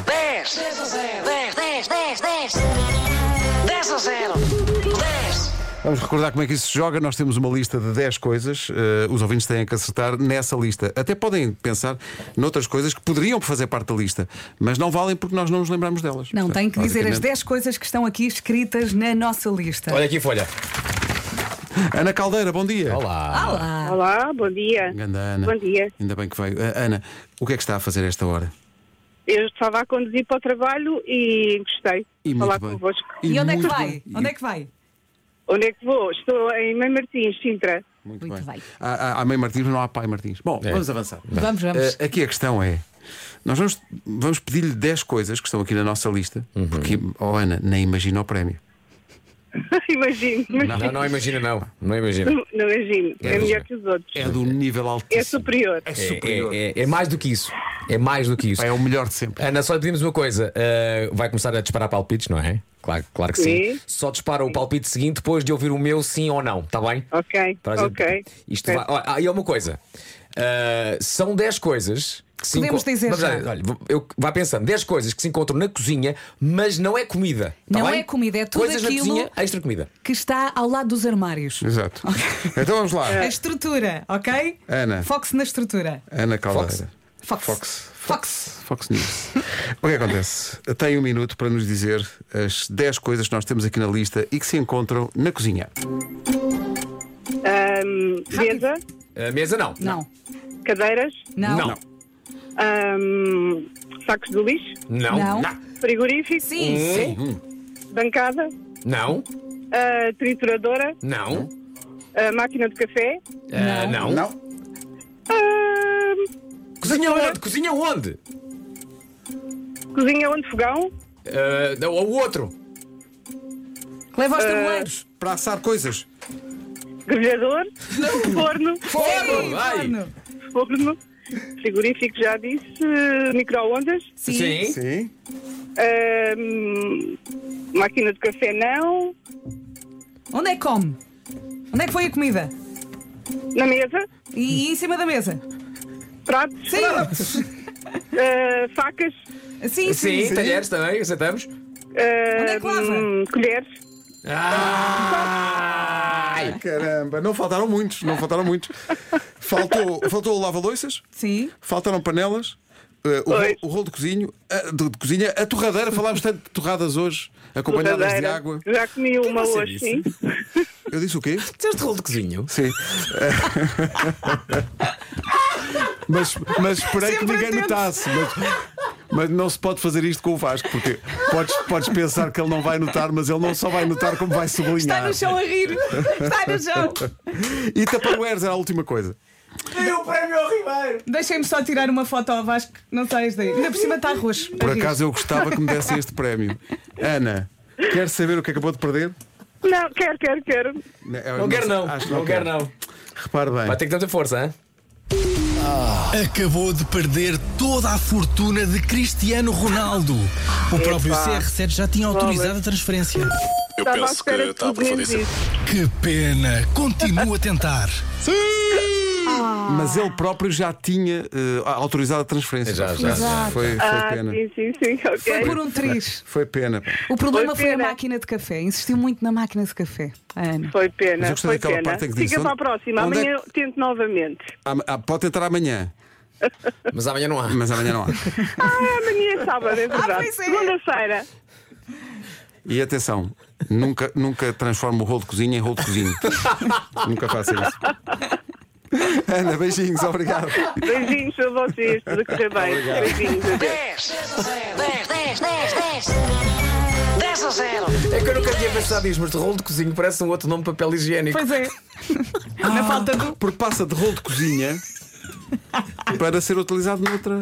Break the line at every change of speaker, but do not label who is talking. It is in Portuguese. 10 a 0. 10, 10, 10, 10. 10 a 0. 10.
Vamos recordar como é que isso se joga. Nós temos uma lista de 10 coisas. eh, os ouvintes têm que acertar nessa lista. Até podem pensar noutras coisas que poderiam fazer parte da lista, mas não valem porque nós não nos lembramos delas.
Não,
Portanto,
tem que dizer as
basicamente-
10 coisas que estão aqui escritas na nossa lista.
Olha aqui, folha.
Ana Caldeira, bom dia.
Olá.
Olá!
Olá, bom dia.
Ganda Ana.
Bom dia.
Ainda bem que veio. Ah, Ana, o que é que está a fazer a esta hora?
Eu estava a conduzir para o trabalho e gostei
E
de
muito
falar
bem.
convosco.
E onde é que
muito
vai?
bem. E-
Onde é que vai?
Onde é que vou? Estou em Mãe Martins, Sintra.
Muito,
Muito
bem.
bem.
Há, há- há mãe Martins, mas não há pai Martins. Bom,
É.
vamos avançar.
Vamos, vamos.
Ah, aqui a questão é: nós vamos, vamos pedir-lhe 10 coisas que estão aqui na nossa lista,
Uhum.
porque, oh Ana, nem imagina o prémio.
imagino, mas
Ah, Não, não, não imagina, não. Não imagina.
não, não imagino. É,
É,
melhor que os outros.
É do nível
É,
altíssimo.
superior.
É
É,
superior.
é- é- é mais do que isso. É mais do que isso.
Pá, é o melhor de
um-
sempre.
Ana, só lhe pedimos uma coisa. Uh, vai começar a disparar palpites, não é? Claro, claro que sim.
Sim.
Só dispara o palpite seguinte depois de ouvir o meu sim ou não, está bem?
Ok,
Para a gente-
ok.
Isto vai... Olha, ah, e há uma coisa. Uh, são 10 coisas. Que se
Podemos
enco-
dizer
Vamos
já.
lá, olha, vou- eu, vai pensando, 10 coisas que se encontram na cozinha, mas não é comida. tá
Não
bem?
é comida, é tudo
coisas
aquilo-
na cozinha, extra comida.
Que está ao lado dos armários.
Exato. Então vamos lá.
É.
A estrutura, ok?
Ana.
Foque-se na estrutura.
Ana Caldeira.
Fox.
Fox.
Fox.
Fox.
Fox News. o que acontece? Tem um minuto para nos dizer as 10 coisas que nós temos aqui na lista e que se encontram na cozinha.
Ahm, mesa,
A Ah, mesa não.
Não.
cadeiras,
Não.
Não.
ahm, sacos de lixo,
Não.
Não.
frigorífico,
Sim.
bancada,
Não.
ah, trituradora,
Não.
ah, máquina de café.
Ah, não.
ahm,
Cozinha onde? Cozinha onde?
cozinha onde fogão,
Ah, não, o outro.
Leva aos tabuleiros.
Para assar coisas.
grelhador, forno,
Forno,
Sim,
vai.
forno.
forno, frigorífico já disse, micro-ondas,
Sim.
Sim.
ahm, máquina de café não,
Onde é que come? Onde é que foi a comida?
na mesa,
E, e em cima da mesa?
pratos,
Sim.
ah, facas,
Sim, sim.
Sim, talheres também, aceitamos.
é que lava?
ahm, ah, hum, colheres,
Ai.
Caramba, não faltaram muitos, não faltaram muitos. Faltou, faltou o lava-loiças,
Sim.
faltaram panelas, eh, o,
Pois.
rolo, o rolo de, cozinho, a, de, de cozinha, a torradeira, falámos tanto de torradas hoje, acompanhadas de
torradeira.
água.
Já comi uma
você
hoje,
disse?
sim.
Eu disse o quê?
Teste rolo de cozinho?
Sim. mas, mas esperei que
Sempre
ninguém
atento.
notasse. Mas, mas não se pode fazer isto com o Vasco, porque podes, podes pensar que ele não vai notar, mas ele não só vai notar como vai
Está
sublinhar.
no chão a rir. Está no chão.
E Tupperwares era a última coisa.
É o prémio ao Ribeiro.
Deixem-me só tirar uma foto ao Vasco. Não saias daí. Ainda por cima está roxo.
Por
A rir.
acaso eu gostava que me dessem este prémio. Ana, quer saber o que acabou de perder?
Não, quero, quero, quero.
Não quero não.
Acho que
Não quero não.
Repare bem.
Vai ter que ter muita força, hein?
Acabou de perder toda a fortuna de Cristiano Ronaldo. O próprio CR7 já tinha autorizado a transferência.
Eu
Estava à
penso que
espera de
está
tudo
por fazer
menos
isso.
isso.
Que pena. Continua a tentar.
Mas ele próprio já tinha eh, autorizado a transferência.
Já, já, já.
Foi, foi
Ah,
pena.
sim, sim, sim,
Foi por
ok.
um triz.
Foi pena. pá.
O problema
Foi
foi a
pena.
máquina de café. Insistiu muito na máquina de café. A Ana.
Foi
Mas eu
pena,
gostei
foi
daquela
pena.
parte em que disse,
Fica para a
onde-
próxima,
onde é
amanhã
que-
eu tento novamente.
Am- ah, Pode tentar amanhã,
Mas amanhã não há.
mas amanhã não há.
Ah, amanhã é sábado, é verdade.
pois é.
Segunda-feira.
E atenção, nunca, nunca transformo o rolo de cozinha em rolo de cozinho. nunca faça isso. Ana, beijinhos, obrigado.
Beijinhos a vocês, tudo a correr bem. Beijinhos, adeus.
10 a 0. 10, 10, 10, 10. 10 a 0.
É que eu nunca tinha pensado nisso, mas de rolo de cozinho parece um outro nome de papel higiênico.
Pois é.
Ah,
Na falta do.
Porque passa de rolo de cozinha para ser utilizado noutra.